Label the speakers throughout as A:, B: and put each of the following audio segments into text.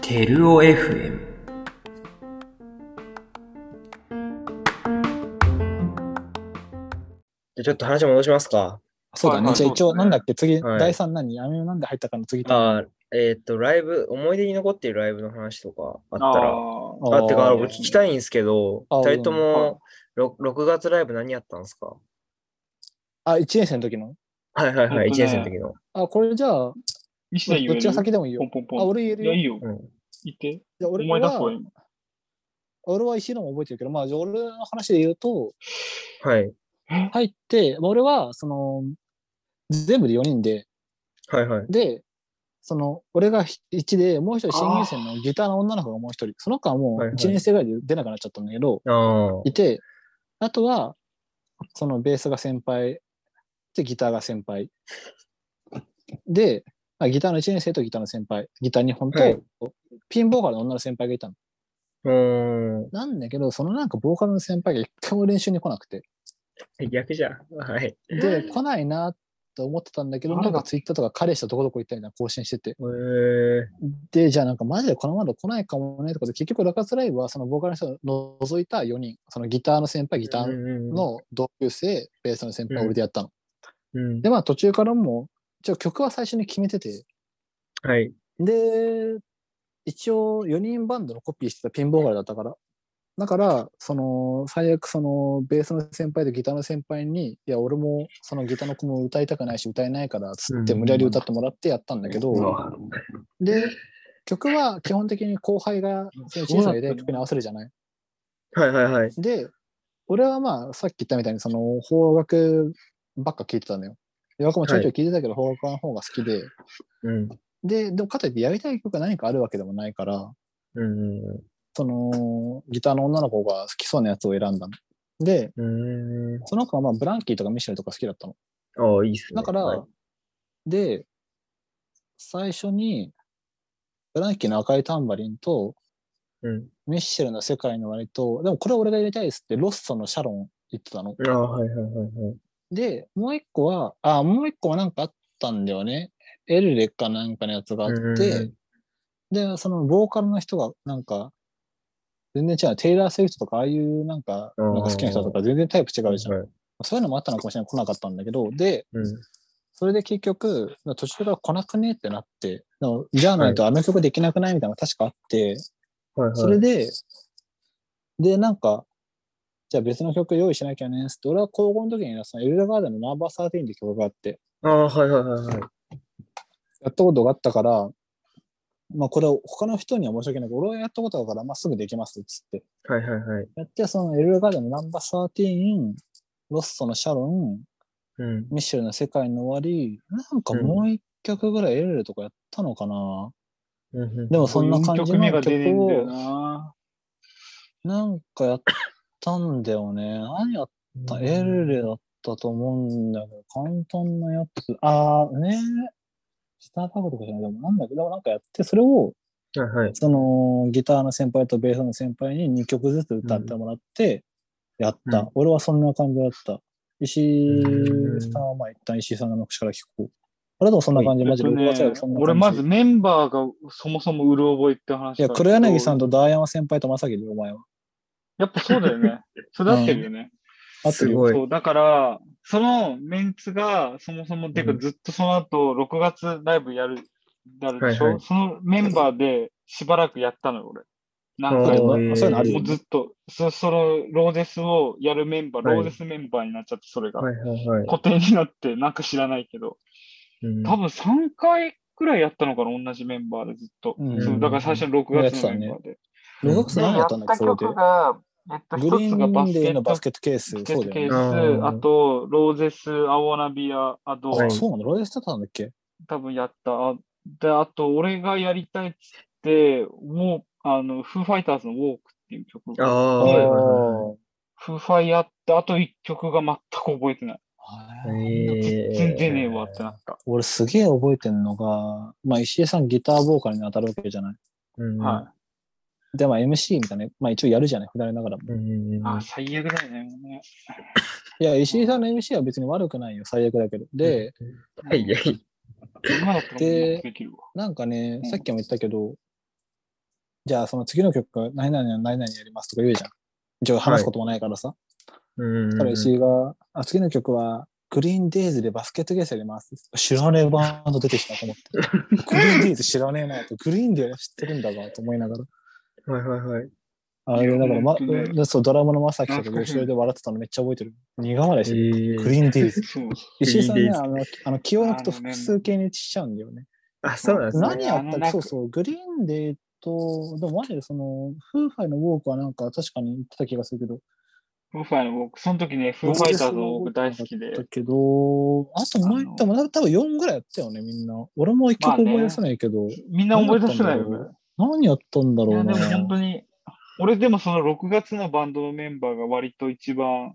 A: テルオ FM
B: じゃあちょっと話戻しますか。
C: そうだ
D: はい
C: ね。
D: はい
C: じゃあ一
D: そう
C: 応、
D: で
C: な
D: すね
C: んだっけ、次、
B: はい
C: 第3何アミオなんで入ったかの次。
B: あーえーっと、ライブ、思い出に残っているライブの話とかあったら。
D: あ
B: あってか、
C: あー
B: 俺聞きたいんですけど、
C: あー
B: 二人と
D: は
B: も 6, 月ライブ何やったんですか
C: あ、1年生の時の
B: はいはいはい、
D: えっ
B: 1
D: とね
B: 年生の時の。
C: あ、これじゃあ、ど
D: 西田言え
C: っ
D: る
C: ちが先でもいい
D: ポン
C: よ。
D: ポンポン。
C: あ、俺言える
D: いや、
C: よ。
D: いいよ。
B: うん
D: 言って。
C: じゃあ俺
D: 思い出すわ
C: は、。俺は石のも覚えてるけど、まあ、じゃあ俺の話で言うと、
B: はい。
C: 入って、まあ俺は、その、全部で4人で、
B: はいはい。
C: で、その、俺が1で、もう一人新入生のギターの女の子がもう一人、その子はも
B: はいうはい
C: 1年生ぐらいで出なくなっちゃったんだけど、
B: ああ。
C: いて、あとは、そのベースが先輩、で、ギターが先輩。で、あギターの1年生とギターの先輩、ギター2本と、
B: はい
C: ピンボーカルの女の先輩がいたの。
B: うーん。
C: なんだけど、そのなんかボーカルの先輩が一回も練習に来なくて。
B: 逆じゃん。はい。
C: で、来ないなと思ってたんだけど、
D: あ
C: な
D: ら
C: んかツイッターとか彼氏とどこどこ行ったみたいな更新してて。
B: えー、
C: で、じゃあなんかマジでこのままだと来ないかもねとかで、結局ラカツライブはそのボーカルの人を除いた4人、そのギターの先輩、ギター
B: の、
C: の同級生、ベースの先輩、
B: うん
C: 俺でやったの。
B: うん
C: で、まあ途中からも、一応曲は最初に決めてて、
B: はい。
C: で、一応4人バンドのコピーしてたピンボーカルだったから、だから、その、最悪その、ベースの先輩とギターの先輩に、いや、俺もそのギターの子も歌いたくないし、歌えないから、つって
B: うん
C: 無理やり歌ってもらってやったんだけど、で、曲は基本的に後輩が、その小さいで曲に合わせるじゃない。
B: はいはいはい。
C: で、俺はまあ、さっき言ったみたいに、その、邦楽ばっか聴いてたのよ。洋楽もちょいちょい聴いてたけど、邦楽の方が好きで、
B: うん。
C: で、でもかといってやりたい曲が何かあるわけでもないから、
B: うんう
C: そのギターの女の子が好きそうなやつを選んだの。で、
B: んうん。う
C: その子はまあブランキーとかミシェルとか好きだったの。
B: ーん。ああ、いいっすね。
C: だから、
B: はい
C: で、最初にブランキーの赤いタンバリンと
B: うん。
C: ミシェルの世界の割と、でもこれ俺が入れたいですってロッソのシャロン言ってたの。
B: ああ、はいはいはいはい。
C: で、もう一個は、あ、もう一個はなんかあったんだよね。エルレかなんかのやつがあっ
B: うんうん
C: て
B: う、
C: で、そのボーカルの人がなんか、全然違う。テイラー・セフトとか、ああいうなんか、
B: うんうんうん
C: なんか好きな人とか全然タイプ違うじゃん。
B: はい
C: そういうのもあったのかもしれない。来なかったんだけど、で、
B: うん。
C: それで結局、途中から来なくねってなって、でもじゃあないとあの曲できなくないみたいなのが確かあって、
B: はいはい。
C: それで、で、なんか、じゃあ別の曲用意しなきゃねっつって、俺は高校の時にそのエルダーガーデンのナンバーサーティーンって曲があって、
B: ああ、はいはいはいはい。
C: やったことがあったから、まあこれを他の人には申し訳ないけど、俺はやったことだから、まあすぐできますっつって。
B: はいはいはい。
C: やって、そのエルダーガーデンのナンバーサーティーン、ロッソのシャロン、
B: うん。
C: ミッシェルの世界の終わり、なんかもう一曲ぐらいエルレとかやったのかな、
B: うんうん
C: でもそんな感
D: 4
C: じ
D: 曲目
C: の
D: が
C: 曲
D: 出ねえんだよ
C: を
D: な。
C: なんかやったんだよね。何やったエルレだったと思うんだけど、簡単なやつ。あーねスターパークとかじゃない。でもなんだけど、でもなんかやって、それを、
B: はいはい。
C: その、ギターの先輩とベースの先輩に2曲ずつ歌ってもらって、やった、
B: うん
C: 俺はそんな感じだった。石
B: うん
C: 井さんは、まあ、一旦石井さんの口から聞こう。俺でもそんな感じ、マジで。
D: ね
C: 録画されるそんな感じ
D: 俺、まずメンバーがそもそもうる覚えって話だ
C: いや、黒柳さん。と大山先輩と正樹でお前は。
D: やっぱそうだよね。育ってるよね。
C: あって
B: す
C: るよ。
B: ごい。
D: そう、だから、そのメンツが、そもそも、てか
B: うん
D: ずっとその後、6月ライブやる、やるでしょ、
B: はいはい
D: そのメンバーでしばらくやったのよ、俺。何
C: そう
D: 回も。
C: も
B: ー
C: そういうのある
D: も
C: よ
D: う
C: ね
D: ずっと、そそのローデスをやるメンバー、
B: はい
D: ローデスメンバーになっちゃって、それが。
B: はいはいはい。
D: 固定になって、なんか知らないけど、
B: うん
D: 多分3回くらいやったのかな、同じメンバーでずっと。
C: うん
D: そうだから最初の6月のメンバーで。
C: ロボックス
D: で
C: 何
D: や
C: や
D: っ
C: ったんだ
D: た
C: っけ、それで
D: 曲。が、えっと、
C: グリ
D: 一つが
C: ー
D: バ
C: ン
D: スケ
C: デー
D: ット
C: のバスケットケース。
D: バスケ
C: そう
D: ット
C: だ
D: ケ
C: よ
D: ー
C: ね。
B: う
D: ス、
B: ん
D: あと、ローゼス、アオナビア、あと、
B: はい
C: あそうなのロレスだったんだっけ
D: 多分やった。あで、あと、俺がやりたいっつって、もう、あの、フーファイターズのウォークっていう曲
B: あ
D: が、
B: あ、
D: ー
B: はい
D: フーファイやって、あと1曲が全く覚えてない。
C: あれ
B: はいはい。えー
D: 全然出ねえわってなった。
C: 俺すげえ覚えてんのが、まあ石井さんギターボーカルに当たるわけじゃない。
B: うん
D: は
C: で、まあ MC みたいなね、まあ一応やるじゃない、振られながらも。
B: うん
D: あ、最悪だよね。もうね
C: いや、石井さんの MC は別に悪くないよ、最悪だけど。で、
B: はいやい
D: 今だったら
C: で
D: もうできるわ。
C: なんかね
D: う、ん
C: さっきも言ったけど、じゃあその次の曲が何々や何々やりますとか言うじゃん。一応話すこともないからさ。
B: うん
C: ただ石井が、あ、次の曲は、グリーンデイズでバスケットゲースやります。知らねえバンド出てきたと思って。 グリーンデイズ知らねえなと。グリーンデイは知ってるんだなと思いながら。
B: はいはいはい。
C: あれ、だから、ま
D: いや本当、ね
C: そう、ドラムのまさきとか
D: 懐かしい
C: 後ろで笑ってたのめっちゃ覚えてる。苦笑いしてる。
B: え
C: グ
B: ー、
C: リーンデイズ。
D: そう。
C: 石井さんね、
B: グリー
C: あの、あの気を抜くと
D: あのね
C: 複数形にしちゃうんだよね。
B: あ、そうなんですね。
C: 何や
D: あ
C: っ
D: の
C: た
D: なん
C: ら、
D: か
C: そうそう、グリーンデーと、でもマジでその、フーファイのウォークはなんか確かに言ってた気がするけど、
D: フーファイの僕、その時ね、フーファイターズを僕大好き
C: だ
D: で、
C: けど、あと前、でもな多分4ぐらいやったよね、みんな。俺も一曲
D: まあね
C: 思い出せないけど、
D: みんな思い出せないよね。
C: 何やったんだ
D: い
C: ろう
D: や、で
C: な
D: も。本当に、俺でもその6月のバンドのメンバーが割と一番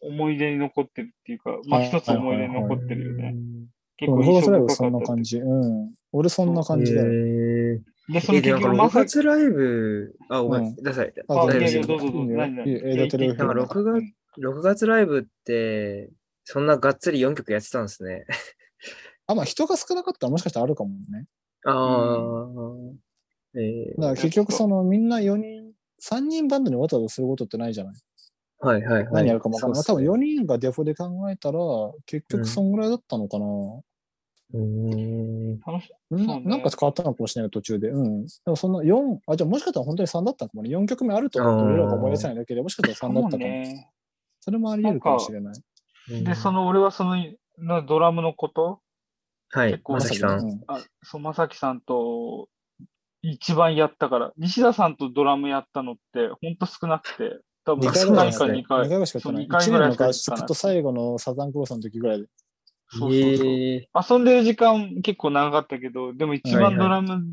D: 思い出に残ってるっていうか、まあ
C: はい
D: 一つ思い出に残ってるよ
B: う
D: ね。
B: ん
D: 結
C: ロ
D: 構
C: ー
D: 印
C: ガス
D: 象
C: ライブそん
D: 深か
C: な
D: った
C: 感
D: って。
C: じ。うん。俺そんな感じだよ。
B: え
D: で、
B: ー、
D: その
B: えで
D: 結
B: なんか
D: 局ま
B: 6
D: さ
B: 月ライブ、あ、ごめん
C: うん
B: ください。
C: あ
B: 大丈夫
D: い
B: で
D: や
B: す
D: いやどうぞどうぞ
C: いいよ
D: 何々
C: いいよ映画テレビ
B: なんか録画6月ライブって、そんながっつり4曲やってたんですね。
C: あ、まあ人が少なかったらもしかしたらあるかもね。
B: ああ、え
C: だから結局そのみんな4人、3人バンドにわざわざすることってないじゃない
B: ー、はいはいはい。
C: 何やるかも分かんない。
B: そ
C: 多
B: う
C: 分
B: っすね
C: 4人がデフォで考えたら、結
B: うん
C: 局そんぐらいだったのかな。
B: う
D: 楽
C: ん
D: しそうね
C: なんか変わったのかもしれない途中で。うん。でもその4、あ、じゃあもしかしたら本当に3だったのかもね。4曲目あると思って俺らが思い出せないだけで、もしかしたら3だったか
D: も
C: も。
D: ね。
C: それもあり得るかもしれない。
B: ーん
D: で、そ、の俺はそのなドラムのこと、
B: はい
D: 結、構
B: まさきさ
C: まさ
B: ん。
C: きね
D: あそう、まさきさんと一番やったから、西田さんとドラムやったのってほんと少なくて、多
C: うん
D: 分
C: 二回
D: 少
C: ぐら
D: ないい
C: し
D: か
C: か
D: 2
C: 2
D: 回。
C: 回ぐらいしかやってない。
D: そう二回ぐらい
C: 1年の合
D: しかやってない
C: 宿と最後のサザンクロースの時ぐらいで。
D: そうそうそう
B: えー
D: 遊んでる時間結構長かったけど、でも一
B: はいは
D: 番
B: い
D: ドラム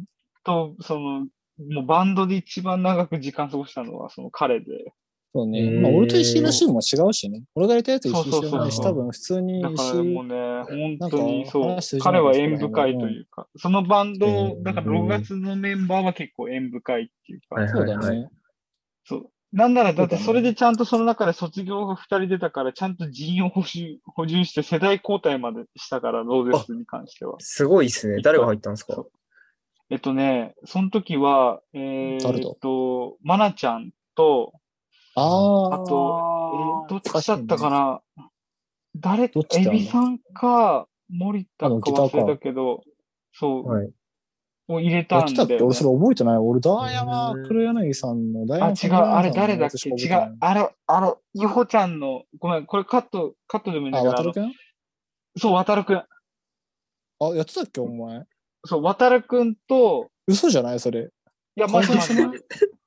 D: と、その、もうバンドで一番長く時間過ごしたのは、その彼で。
C: そうね。
B: うん
C: まあ俺と石井のシーンも違うしね。俺がやりたいやつ石井知らないし、
B: そうそうそう
C: 多分普通に
D: だから
C: 石
D: もう
C: 井、
D: ね、
C: な
D: 本
C: んか
D: 当にそう
C: 話して、るじゃな
D: 彼
C: い
D: は
C: ですか
D: 縁深いというか、そのバンド、だから
B: うん
D: 6月のメンバーは結構縁深いっていう
B: は
D: か、
B: いはい
C: そうだね。
D: そう。なんなら、だって
C: そ
D: そう
C: だね
D: れでちゃんとその中で卒業が2人出たから、ちゃんと人員を補充補充して世代交代までしたから、ローゼスに関しては。
B: すごいですね。誰が入ったんですか
D: そうえっとね、その時は、えー
C: 誰だ
D: っと、マナちゃんと、
C: ああ。
D: あえーどっちだった
C: な
D: かな誰、
C: どっちだ
D: エビさんか、森田
C: あで
D: か
C: もギター
D: 忘
C: か
D: れたけど、そう、
B: はい。
D: を入れ
C: ど
D: た
C: っ
D: ん
C: ち
D: で
C: だっ、け俺それ覚えてない。俺、ダイヤマ黒柳さんの、ダイヤ
D: あ、
C: マ
D: 違
C: 黒
D: う、あれ
C: 柳さんの
D: 誰だ
C: や
D: っ
C: つし
D: け
C: か覚え
D: 違、
C: てないう
D: あれ、あれ、ゆほちゃんの、ごめん、これカット、カットでもいいんだ
C: あ、
D: けど、
C: 渡
D: あ
C: る
D: の
C: くん
D: そう、渡るくん。
C: あ、やってたっけお前。
D: そう、渡るくんと、
C: 嘘じゃないそれ。
D: いや、マジ
C: 完
D: マ
C: 成
D: ジマジ。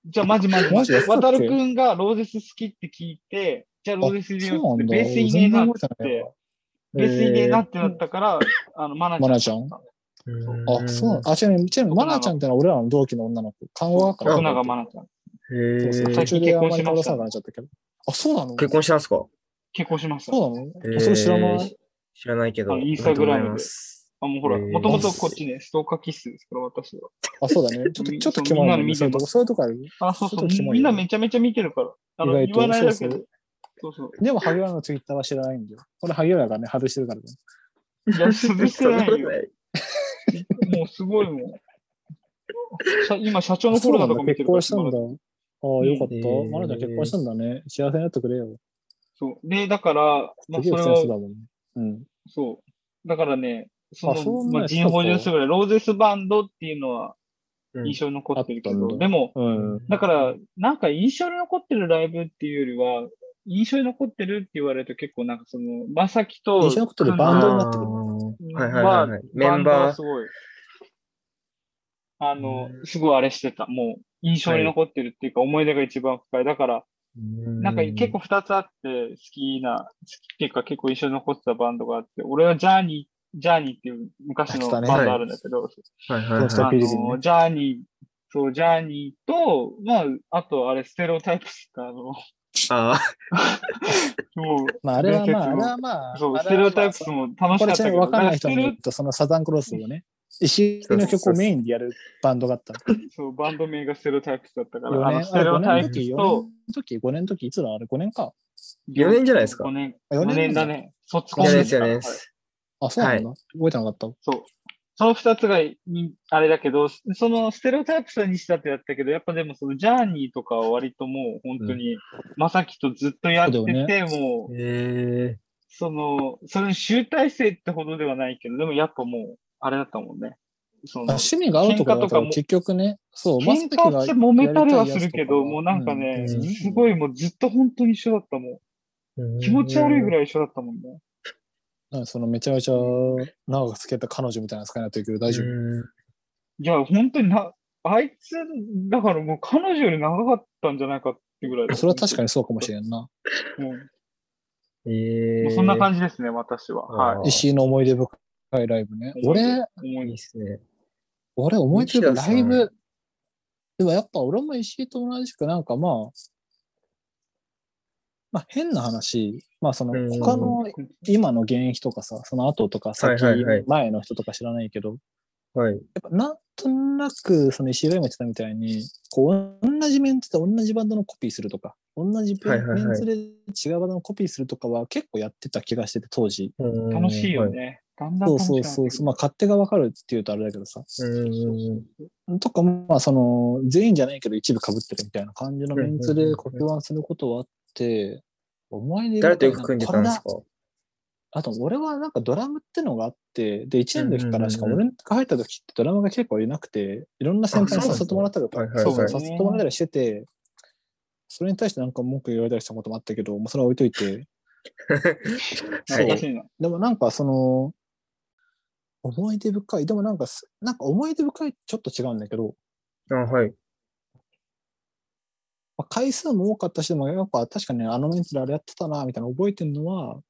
D: じゃあ、マジマジマ
C: マジ
D: ジ。
C: やってたっけ
D: 渡るくんがローゼス好きって聞いて、じゃあローゼス入れ
C: そう
D: よ
C: な
D: うっ
C: ん
D: て、
C: だ。
D: ベースいねえな
C: 全然
D: っつ
C: 覚
D: っ
C: えないわ、
D: てベースいねえなって
C: えー
D: なったから、あの、マナちゃ
C: マ
D: ん。
C: ナちゃんあ、そうなんあ、ちなみに、ちなみに、マナちゃんってのは俺らの同期の女の子。看護学科
D: 徳
C: の
D: 永マナちゃん。
B: へ
C: そうそう
B: ー
C: 途
D: 最
C: 中
D: 近
C: で
D: 結
C: あん
D: 婚
C: ま
D: し
C: り倒
D: ました
C: さなくなっちゃったけど。あ、そうなの
B: 結婚したんですか
D: 結婚しました。
C: そうなの
B: えー
C: それ知らない。
B: 知らないけど。
D: あインスタグラムで
B: ありがとうございます
D: あ、もうほら、
B: えー
D: もともとこっちね、ストーカー気質ですから、私は。
C: あ、そうだ ね。ちょっと、ちょっとキモい
D: みんなの見
C: ね。
D: て
C: そういうとこ、
D: ま
C: そういうとこある。ち
D: あ、そうそ
C: ょっとキ
D: う。
C: モい
D: みん
C: よ
D: なめちゃめちゃ見てるから。あの、
C: 意
D: 言
C: 外と
D: わないだけ
C: そ
D: ど
C: う。
D: そうそう。
C: でも、萩原のツイッターは知らないんだよ。これ、萩原がね、外してるからね。
D: いや、潰してない
B: そん
D: よ
B: なこと。ない
D: もうすごいもん。 さ今、社長のフォローだとか見
C: 結
D: てるから。
C: 婚したんだ。ああ、よかった
B: えー。
C: マナちゃん結婚したんだね。幸せになってくれよ。
D: そう。で、だから、まあ、
C: す
D: そ
C: げえ
D: れ
C: センス
D: は
C: だもんね。うん。
D: そう。だからね、その、
C: あそんな
D: まあ、
C: やつ
D: 人保上するぐらい、ローゼスバンドっていうのは
B: うん
D: 印象に残ってるけど、
C: あったんだ
D: でも、
C: うん。
D: だから、なんか印象に残ってるライブっていうよりは、印象に残ってるって言われると結構なんかその、まさきと、
C: 印象に残ってる
B: あ
C: バンドになってくる
B: ーはいはいはいはい。メン
D: バンドは
B: バ
D: す
B: ー。
D: ごい。あの、すごいあれしてた。もう、印象に残ってるっていうか、思い出が一番深い。だから、なんか結構二つあって、好きな、好きっていうか結構印象に残ってたバンドがあって、俺はジャーニー、ジャーニーっていう昔の
C: あ来た
D: バン
C: ね
D: ドあるんだけど、
B: 構、はいはい
C: どうした
B: は
D: あ
B: い
C: ピリピリ
D: の、
C: ね
D: ジャーニー、そう、ジャーニーと、まあ、あとあれ、ステレオタイプスか、あの、 も
B: あ
D: う、
C: まあ、あれは
D: 伝
C: まあ、
D: 説の
C: あれはまあ、
D: そう、
C: あ
D: ス
C: れは
D: テ
C: ま
D: レ
C: あ
D: オタイプスも楽し
C: こ
D: か
C: れ
D: っ
C: ちな
D: たけ
C: みに
D: ど、
C: 分からない
D: ス
C: 人
D: テ
C: に
D: レ
C: 言うと、そのサザンクロスをね、石井の曲をメインでやるバンドが あったの。
D: そう、バンド名がステレオタイプスだったから、あ
C: 4
D: の
C: 年、
D: ス
C: あ
D: テ
C: れ
D: レ
C: 5
D: オタ
C: 年
D: イ
C: の
D: プ
C: 時、4年の、時、
D: スと
C: 5年の時、いつだあれ ?5 年か。
B: 4年じゃないですか
D: 5年、
C: あ四
D: 5
C: 年
D: 年だね。卒
C: 四
D: コン
C: 年
D: だ
C: で
B: よ
C: す
D: ったか
B: ね
D: ら。
C: あ、そうなんだ。覚えてなかった。
D: そう。その二つがい、あれだけど、そのステレオタイプスにしたってやったけど、やっぱでもそのジャーニーとかは割ともう本当に、まさきとずっとやって
C: そうだよ
D: て、もう、
B: え
D: その、それの集大成ってほどではないけど、でもやっぱもう、あれだったもんね。そ
C: あ
D: の、
C: 趣味が合うところだ
D: 喧嘩
C: か
D: とからも
C: 結局ね、そう、ま
D: 喧嘩して揉めたりはするけど、もうなんかね、
B: うん
D: すごいもうずっと本当に一緒だったもん。気持ち悪いぐ
B: い。
D: らい一緒だったもんね。
C: なんかそのめちゃめちゃ長くつけた彼女みたいな扱いになってるけど大丈夫。
D: いや、本当にな、あいつ、だからもう彼女より長かったんじゃないかってぐらいだ。
C: それは確かにそうかもしれんな。
D: うん
B: えー
D: もうそんな感じですね、私は。
B: あ
D: は
B: ー
C: 石井の思い出深いライブね。
D: い。
C: 俺、
D: 思
B: いい
D: い
B: っすね。
C: 俺思い出深いライ
B: 西田
C: ブ。でもやっぱ俺も石井と同じくなんかまあ、まあ変な話、まあその
B: うん
C: 他の今の現役とかさ、その後とか先
B: はいはいはい
C: 前の人とか知らないけど、
B: はい。
C: やっぱなんとなく、その石井が今言ってたみたいに、こう、同じメンツで同じバンドのコピーするとか、同じメ
B: はいはいはい
C: ンツで違うバンドのコピーするとかは結構やってた気がしてて、当時。
D: 楽しいよね。だんだん
C: そ
D: 楽
C: う
D: し
C: そう
D: くなってくる
C: そうそう。まあ、勝手がわかるっていうとあれだけどさ。
B: はい。うん
C: とか、まあ、その、全員じゃないけど一部被ってるみたいな感じのメンツ
B: うんうんう
C: で
B: ん
C: コピーワンすることはあって、お前で
B: 誰とよく組んでたんですか
C: あと、俺はなんかドラムってのがあって、で、1年の時からしか、
B: うんうんう
C: 俺が入った時ってドラムが結構いなくて、いろんな先輩に誘ってもらったりとか
B: あ、
C: そ
B: そううなんです
C: そう、
B: ね
C: 誘ってもらったりしてて、それに対してなんか文句言われたりしたこともあったけど、もうそれは置いといて、
B: は
D: 懐かし
B: い。
D: いな。
C: でもなんかその、思い出深い、でもなんかす、なんか思い出深いちょっと違うんだけど、
B: あ、はい。
C: まあ回数も多かったし、でもやっぱ確かにあのメンツであれやってたな、みたいな覚えてるのは、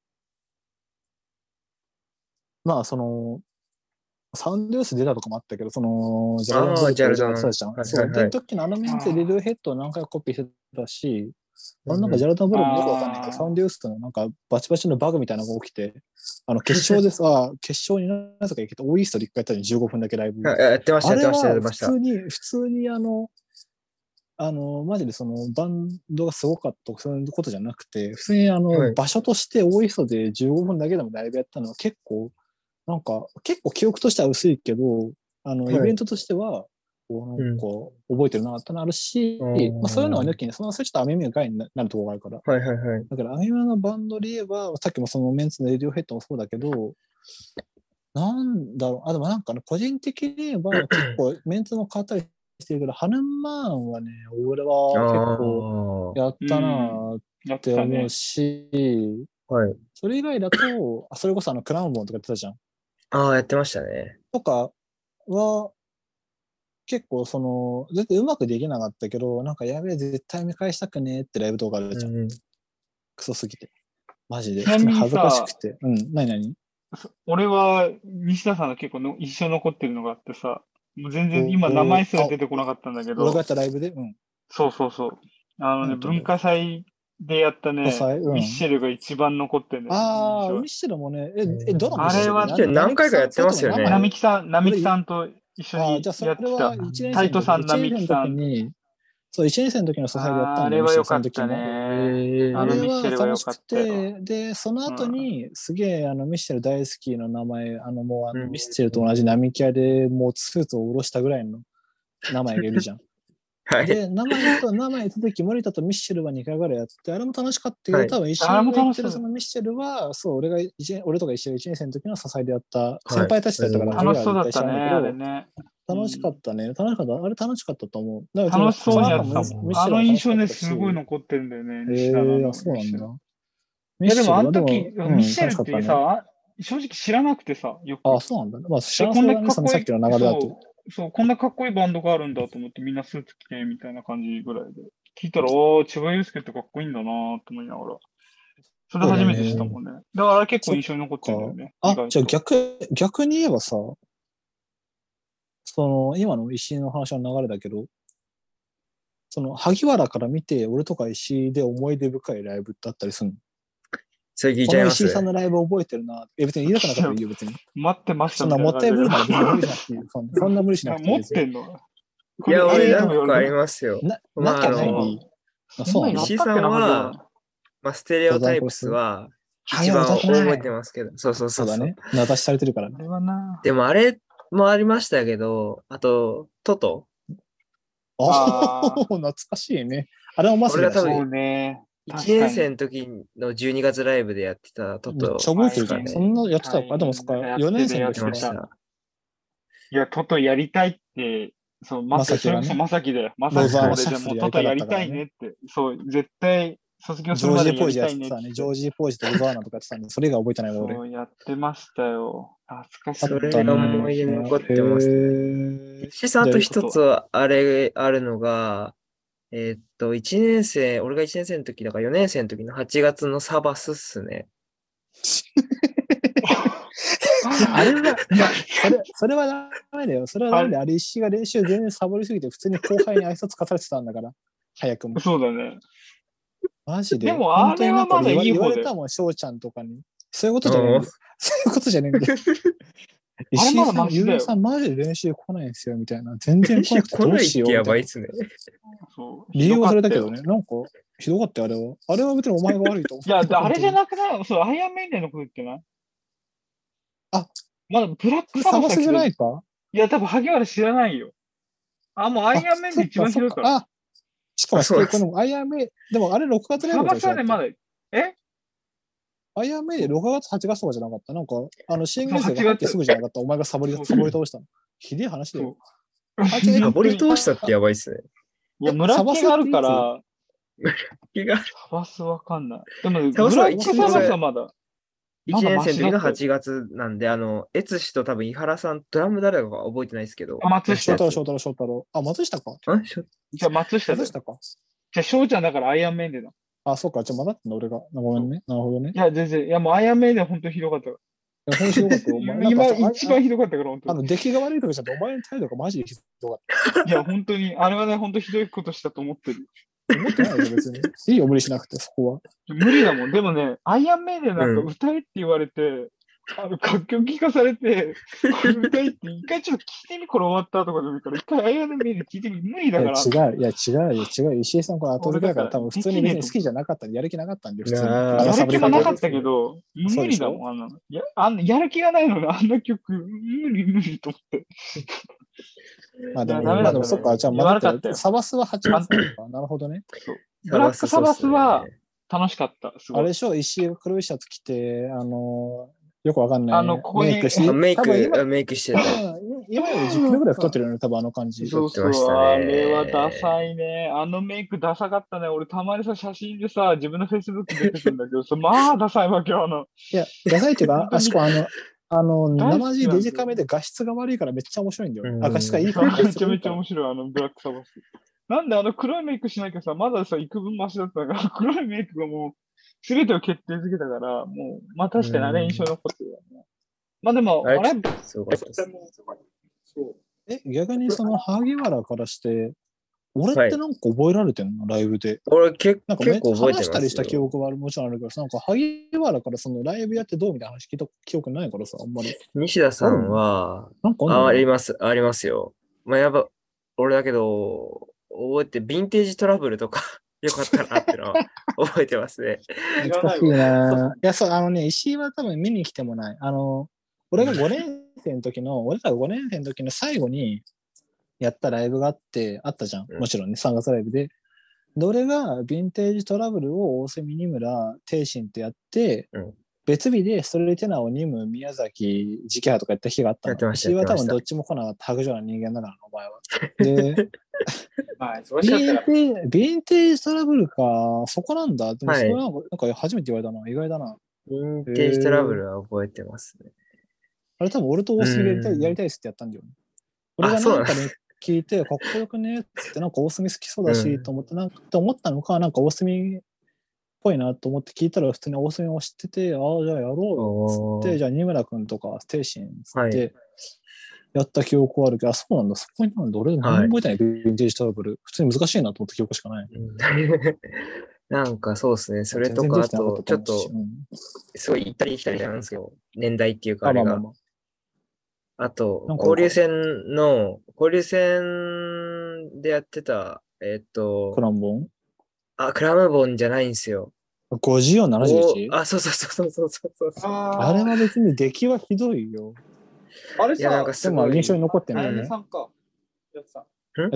C: まあその、サウンドユース出たとかもあったけど、その、ジ
B: あー
C: ジャルダ
B: ジャルダ
C: ン
B: ン
C: そうじゃん。
B: はい
C: そう、
B: はいはい
C: で時のあのメンツでレディオヘッドを何回かコピーしてたし、あのなん
B: う
C: か
B: ん
C: ジャルダンブルーもよくわかんないけ
D: あ
C: ど、
D: ー
C: サウンドユースとのなんかバチバチのバグみたいなのが起きて、あの決勝 でさ、決勝になぜか行けて、オーイーストで一回やったのに15分だけライブ。
B: あやってました、
C: あれ
B: やって
C: は
B: ました、やってまし
C: 普
B: た。
C: 通に、普通にあの、あの、マジでそのバンドがすごかったとかそういうことじゃなくて、普通にあの、
B: はい
C: 場所として大磯で15分だけでもライブやったのは結構、なんか、結構記憶としては薄いけど、あの、
B: はい
C: イベントとしては、こう、なんか、覚えてるなってのあるし、
B: うん
C: まあ、そういうのは抜きに、その、それちょっとアメミがいになるところがあるから。
B: はいはいはい。
C: だから、アミマのバンドで言えば、さっきもそのメンツのレディオヘッドもそうだけど、なんだろう、あ、でもなんかね、個人的に言えば、結構メンツも変わったりしてるけど、ハヌンマーンはね、俺は結
B: 構。
C: 構やったなあっ
D: やっててた
C: 思
D: ね
C: う。し、
B: はい。
C: それ以外だと、あそれこそあの、クラウンボンとかやってたじゃん。
B: ああ、やってましたね。
C: とかは、結構その、全然うまくできなかったけど、なんかやべえ、絶対見返したくねえってライブ動画あるじゃん。
B: うん
C: クソすぎて。マジで。
D: ちなみにさ
C: 恥ずかしくて。うん、なになに
D: 俺は、西田さんの結構の一緒残ってるのがあってさ、もう全
C: お
D: 然今名前す
C: お
D: ら出てこなかったんだけ
C: 俺がや
D: ど
C: っ、たライブで、うん。
D: そうそうそう。あのね、
C: なんていうの
D: 文化祭でやったね、
C: 火災うん
D: ミッシェルが一番残ってるんだよ。
C: ああ、ミッ
D: 印
C: シェルもね、え、
B: うん
C: えドラマ
D: あれは
C: なんだ
B: 何回かやってますよ
D: 象
B: ね
C: それとも生
D: 並木さん、並木さんと一緒
C: あ
D: に
C: ーじゃあそ
D: や
C: れ
D: って
C: は
D: た。
C: 1年
D: タイトさん
C: 生の時
D: 並木さん
C: 一年生の時にそう、1年生の時のソサイでやったんだ
D: あーあれは良かっ
C: ミッシェ
D: た
C: ルさんの時も
D: ね。
B: へー
D: あの
C: あれ
D: ミッシェ
C: は
D: ルは
C: 楽
D: 良
C: し
D: かっ
C: く
D: たよ
C: て、で、その後に、すげえ、あの、ミッシェル大好きの名前、あの、もう、あの
B: うん
C: ミッシェルと同じ並木屋で、もう、スーツを下ろしたぐらいの名前がいるじゃん。
B: はい。
C: で、名前と名前いた時、森田とミッシェルは2回ぐらいやって、あれも楽しかったけど、
B: はい
C: 多分一緒
D: あれ
C: にや
D: も楽
C: っ
D: してかっ
C: る
D: た
C: そのミッシェルは、そう、俺が一年、俺とか一緒に1年生の時の支えでやった、先輩たちだったから、
B: うん
D: 楽しそうだっ
C: 知
D: た
C: ら
D: ね、
C: ない
D: あれね。
C: けど楽しかったね。楽しかった。あれ楽しかったと思う。
D: 楽しそうにやってた
C: その
D: も
C: 後
D: ん。
C: も
D: あの印象ね、
C: ミッシ
D: す
C: ェル
D: ご
C: はい楽しかっ
D: 残ってるんだよね、
C: たし
D: 西田
C: へえ
D: の
C: あそうなんだ。
D: い
C: ミッ
D: や
C: シェ
D: で
C: ル
D: もあ
C: は
D: の
C: でも
D: 時、
C: うん
D: ミッシェルっ
C: 楽しか
D: て
C: たね
D: さ、正直知らなくてさ、よく。
C: あ、そうなんだ。まあ、知ら
D: で
C: な
D: こ
C: いだ
D: んな
C: ね
D: かっ
C: そ
D: こ
C: の
D: い
C: さっ
D: い
C: きの流れだ
D: そ
C: と。
D: うそう、こんなかっこいいバンドがあるんだと思ってみんなスーツ着てみたいな感じぐらいで。聞いたら、おー、千葉祐介ってかっこいいんだなーって思いながら。それ初めて知ったもんね。だからあれ結構印象に残ってるんだよね。意
C: あ
D: 外、と
C: じゃあ逆、逆に言えばさ、その、今の石井の話の流れだけど、その、萩原から見て、俺とか石井で思い出深いライブだったりするの
B: それ聞い
C: こ
B: ちゃい
C: の
B: ま
C: 石井
B: す
C: さんのライブ覚えてるな。え、別に言い出さなかったらいい よ、別に。
D: 待ってました
C: そんなもったいぶるなら別に無理 しなくていいそんなそんな無理しなくていい
D: 持
C: で
D: っ
C: すよ
D: てんの
B: いや、俺
D: な
B: なんんかあり
D: か
B: ますよ。
C: な、
B: まあ
C: なきゃない
B: あの
C: でいい。あそうな
B: の
C: の
B: 石井さんはまあ、ステレオタイプスは一番覚えてますけど。そうそうそ
C: そう
B: うそ
C: だ
B: う、
C: ね。名指しされてるからね
D: あ。れはな。
B: でもあれもありましたけど、あと、トト。
C: あ
D: あ
C: あ、
D: ー
C: 懐かしいね。あれもまさ
B: 俺が多分
D: そうね。確か
B: 1
D: に
B: 年生の時の12月ライブでやってたト
C: めっ
B: ト。
C: ちゃ覚えてるじゃ
B: は
C: ん。
B: い
C: そんなやってた
D: はい
C: あ、でもそっか、
D: やって
C: 4年生の
B: やって
C: 時
B: ま
C: か
B: した。
D: いや、トトやりたいって、そう、まさ
C: まさ
D: き、
C: き
D: それ
C: が
D: こ
C: ね
D: そまさきだよ。ま
C: ザ
D: さ
C: ー
D: きと
C: シャッフ
D: 俺で
C: ル
D: もう
C: や
D: ト
C: りたかったから
D: トやりた
C: ね
D: いねって。そう、絶対卒業
C: ジ
D: す
C: ョ
D: る
C: ー
D: ま
C: ジー
D: でや
C: ポー
D: り
C: ジや
D: た
C: っ
D: い
C: て
D: ね
C: た
D: って
C: ね。。ジョージーポージとウザーナとかやってたんで、それが覚えてないわ、俺
D: そ。うやってましたよ。懐かしい。
B: それが思い出に残ってます
C: へー
B: 石井さんと一つあれあるのが、えーっと、1年生、俺が1年生の時だから4年生の時の8月のサバスっすね。
C: あれは、まあ、それ、それはダメだよ。それはダメだよ。あれ、石井が練習全然サボりすぎて、普通に後輩に挨拶かされてたんだから、早くも。
D: そうだね。
C: マジで。
D: でもあれはまだいい方だ
C: 本当
D: よ
C: になんか言われ言われたもん、翔ちゃんとかに。そういうことじゃないんだよ。そういうことじゃないんだよ。石井
D: あれ
C: さん、
D: まだマシ
C: ゆ
D: だよ
C: うやさん、マジで練習来ないんですよ、みたいな。全然来なくて
B: 来
C: どう
B: ないっ
C: してよう
B: や
C: みた
B: ばい
C: い
B: っ
C: な。
B: すね。
D: そう
C: 理由はそれだけど。
D: ひどかっ
C: ね、なんか、ひどかったよ、あれは。あれは別にお前が悪いと思う。
D: たよいや、あれじゃなくないそう、アイアンメイデンのこと言ってない
C: あ、
D: まだブラッ
C: こ
D: ク
C: れ
D: サ
C: サ
D: バ
C: バ
D: ス。
C: スじゃないいか
D: いや、多分萩原知らないよ。あ、もうアイアンメイデン一番ひどいから。
C: あそっあ、しかも、
B: そうです
C: このアイアンメイ、でもあれ6月ライ
D: サ
C: ブ
D: バ
C: で
D: ス
C: しょ
D: はね、まだ、
C: アイアンメイで6月、8月とかじゃなかった。なんか、あの、新入生が入ってすぐじゃなかった。お前がサボり、
D: そう
C: サボり倒したの。ひでえ話だよ。あ
D: い
C: 違う
B: サボり通したってやばいっすね。
D: や、村木があるから、
B: 気が
D: サバスわかんない。でも、
B: サバ
D: 村
B: ス
D: 木
B: は
D: サ
B: 一年
D: バス
B: 生
D: はまだ。
B: 1
D: まだ
B: 年
D: マ
B: 生
D: シ
B: の時の
D: だと
B: 8月なんで、あの、えつしと多分井原さん、ドラム誰かが覚えてないですけど。
D: あ
C: 翔
D: 松下
C: 太郎、翔太郎、翔太郎。あ、松下か。
B: あしょ
D: じゃあ、松下だ
C: 松下
D: よ。
C: か。
D: じゃあ、翔ちゃんだからアイアンメイデンだ。
C: あ、そうか。じゃあ、混ざってんだ、俺が。ごめんね。なるほどね
D: い。や、全然。いや、もうアイアンメイデン本当にひどかったか
C: いや本当ひどかったよ、お前。
D: ら。 今、
C: なんか
D: 一番ひどかったから、本
C: あ
D: 当
C: の、
D: に。
C: 出来が悪いとかじゃなくて、お前の態度がマジでひどかっ
D: いや、本当に。あれはね、本当ひどいことしたと思ってる。
C: た。思ってないよ、別に。いいよ、無理しなくて、そこは。
D: 無理だもん。でもね、アイアンメイデンなんか
B: うん
D: 歌えって言われて、あの楽曲聴かされて、これ歌えって、一回ちょっと聴いてみ、これ終わったとかでもいいから、一回アイアンメイデン聴いてみ、無理だ
C: いや、
D: から。
C: 違う、いや、違うよ、違うよ。石井さん、これ後付けだから、多
D: 俺だから
C: 分普通に別に好きじゃなかったんで、やる気なかったんで、普通に。
B: なあ
C: あの
D: や
C: サ
D: る
C: ブ
D: 気
C: リ
D: も
C: カ
D: な
C: ル
D: か
C: で
D: ったけど、
C: そう
D: 無
C: で
D: 理
C: しょ
D: だもん、あんなの。やあんやる気がないのね、あんな曲、無理無理と思って。
C: あでも、
D: いやダメだったね
C: まあでもそっか、じゃあ、
D: 言わ
C: ま
D: なかったよ
C: だサバスは8月なの か。なるほどね。
D: ブラックサバスは
B: そうっすね
D: 楽しかった、すご
C: あ
D: い。
C: れでしょ、石井が黒いシャツ着て、あのー、よくわかんない、
D: あのここに
C: メイクして
B: あ、メイ
C: 多分今
B: ク、メイクしてた。
C: うん今より10キロぐらい太ってるよね、多分あの感じ。
D: そう
B: 撮ってまし
D: そう、
B: たね
D: あれはダサいね。あのメイクダサかったね。俺たまにさ、写真でさ、自分の Facebook に出てくるんだけどさ、まあダサいわけよ、あの。
C: いや、野菜っていうか、ああそこあの、あの、
D: 大好きなんだよ
C: 生地デジカメで画質が悪いからめっちゃ面白いんだ
B: う
C: よ。
B: ん
C: あ、画質がいいから。
D: めちゃめちゃ面白い、あのブラックサバス。なんであの黒いメイクしなきゃさ、まださ、幾分マシだったから、 黒いメイクがもう、すべてを決定づけたから、もう、まあ確かにあれ印象に残ってるよね。まあでも、
B: あ
D: あ
B: れ
D: れ、
B: すごかったです。
C: え、逆にその萩原からして、俺ってなんか覚えられてんの、ライブで。
B: 俺結
C: なんかめ
B: 結構覚えてます
C: 話し
B: よ。
C: たりした記憶はあるもちろんあるけどさ、なんか萩原からそのライブやってどうみたいな話聞いた記憶ないからさ、あんまり。
B: 西田さんは、
C: なんか
B: あ
C: あ
B: あ
C: んの
B: ります、ありますよ。まあ、やっぱ、俺だけど、覚えて、ヴィンテージトラブルとか、 よかったなって のは覚えてますね。
C: 懐かしいな。いや、そう、あのね、石井は多分見に来てもない。あの、俺が5年生の時の、 俺らが5年生の時の最後にやったライブがあって、あったじゃん。
B: うん
C: もちろんね、3月ライブで。で、俺がヴィンテージトラブルを大瀬ミニムラ、天心ってやって、
B: うん
C: 別日でストレイテナーをニム、宮崎、直派とかやった日があった
B: やって
C: の。
B: ました
C: 石井は
B: や
C: 多
B: ってま
C: 分
B: した
C: どっちも来なかった白状な人間だからな、お前は。 で、
D: はい、忙
C: ヴィンテージヴィンテージトラブルか、そこなんだ。でも
B: はい
C: それなんか、なんか初めて言われたな。意外だな。
B: ヴィンテージトラブルは覚えてますね。
C: あれ多分俺と大隅やりた
B: うん
C: いやりたいっすってやったんだよね。俺が
B: あそう
C: な
B: なんん
C: かね、聞いて、かっこよくねっつって、なんか大隅好きそうだ
B: う
C: し
B: ん
C: と思って、なんかって思ったのか、なんか大隅っぽいなと思って聞いたら、普通に大隅を知ってて、ああ、じゃあやろうよっつっ
B: お
C: て、
B: ー
C: じゃあ二村君とか、ステーシンっつっ
B: は
C: て、やった記憶はあるけど、あ、そうなんだ、そこになんだ、俺何も覚えてない、ヴィンテージトラブル。普通に難しいなと思った記憶しかない。
B: うん なんかそうですね。それと
C: 全然
B: か、あ
C: できてなか
B: と、
C: た
B: ちょっ
C: 思うし
B: と、
C: うん
B: すごい行ったり来たりなんですよ。年代っていうか、
C: あ
B: あれ
C: まあまあ
B: が。
C: まあ。
B: あと、
C: なんか
B: 交流戦の、交流戦でやってた、えっと
C: ク、ランボン
B: あ、クラムボンじゃないんですよ。
C: ?54、
B: お
C: 71?
B: あ、そうそうそうそうそうそうそう。
C: あ
E: あ
C: れは別に出来はひどいよ。
E: ああれ
B: いや、なん
E: さ
B: か、
C: ですも
B: ごい
C: 印。象に残ってんだよ
E: あや
C: ね
E: さ。んか。やつさん。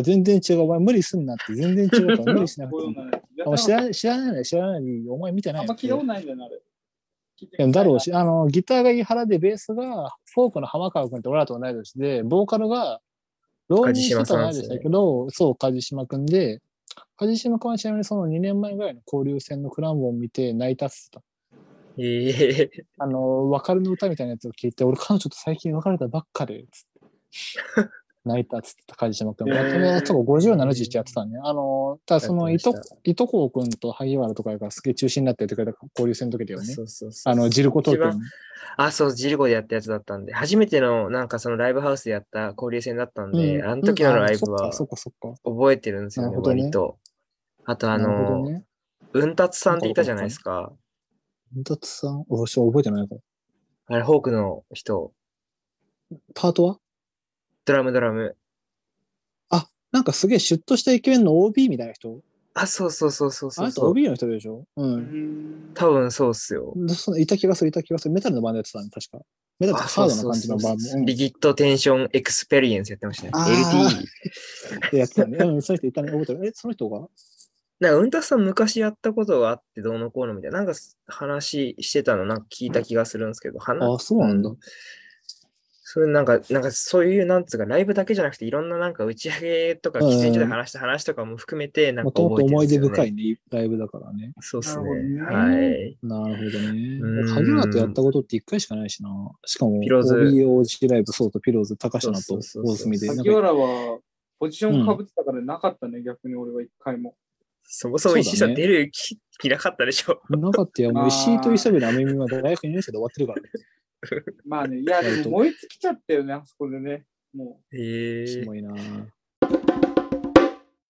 C: 全然違う。お前無理すんなって。全然違う から無理しなくていい。お前
E: く
C: 知らない知らないなら知らないでいいよお前見て
E: あ
C: ない
E: んま
C: よ
E: 聞いたことないんだよな、あれ。聞いてみたいな
C: だろうし、あの、ギターが井原で、ベースがフォークの浜川君って俺らと同い年で、ボーカルが浪人してた同い年だけど、そう、梶島君で、梶島君はちなみにその2年前ぐらいの交流戦のクランボンを見て泣いたっつってた。
B: ええ
C: あの、別れの歌みたいなやつを聞いて、俺彼女と最近別れたばっかで、つって。 泣いたっつってた、梶島君。
E: へー
C: まとめ、ちょっと50、71やってたね。あの、ただそのいと
B: やってまし、
C: いとこ君と萩原とかがすげえ中心になってやってくれた交流戦の時だよね。
B: そうそうそう。
C: あの、ジルコ東京
B: 一
C: の
B: 番。あ、そう、ジルコでやったやつだったんで、初めてのなんかそのライブハウスでやった交流戦だったんで、
C: うん
B: あの時のライブ
C: うん
B: は
C: あそっかそっかそっか。
B: 覚えてるんですよね、
C: なるほどね
B: 割と。あとあ
C: なるほ
B: の、
C: どね。
B: うんたつさんっていたじゃないですか。
C: うんたつさん、おし覚えてないか
B: あれ、ホークの人、
C: パートは
B: ドラムドラム。
C: なんかすげえシュッとしたイケメンの OB みたいな人
B: あ、そうそうそうそうそ
C: あ
B: う
C: の
B: そ
C: 人
B: う。
C: OB の人でしょう。
E: うんん
B: 多分そうっすよ。
C: でそのいた気がする、いた気がする。メタルのバンドやってたね、確か。メタルって
B: あ
C: ハード
B: そ
C: な
B: うそう
C: 感じ
B: そ
C: の
B: う
C: バンド。うん
B: リギッドテンションエクスペリエンスやってましたね。
C: あー
B: LTE。
C: でやってたね。うん、その人いたね、覚えてる。え、その人が
B: なんか、うんたつさん昔やったことがあってどうのこうのみたいな、なんか話してたのなんか聞いた気がするんですけど、話
C: あ、そうなんだ。
B: うそれなんか、なんかそういう、なんつうか、ライブだけじゃなくて、いろんななんか打ち上げとか、
C: うん
B: 喫煙所で話した話とかも含めて、なん
C: も
B: か
C: ともと
B: 覚えてるんです
C: 思い出
B: よ、ね。
C: 深いね、ライブだからね。
B: そうですね。
E: なるほどね
B: はい。
C: なるほどね。
B: うん
C: 俺萩原とやったことって一回しかないしな。しかも、
B: ピローズ
C: OBOG ライブ、そうとピローズ、高島
B: そ
C: と
B: うそうそうそう
C: 大隅で。なん
E: 萩
C: か
E: 原は、ポジションかぶってたからなかったね、逆に俺は一回も。
B: そもそも石井さ
C: そ
B: ん
C: うだ
B: 出る気気なかったでしょ。
C: なかったよ。も
E: ま
C: う
E: あ
C: 石井と磯部のアメミは大学2年生で終わってるからね。
E: まあね、いや、でも燃え尽きちゃったよね、あそこでね。も
B: へえ
C: すごいなぁ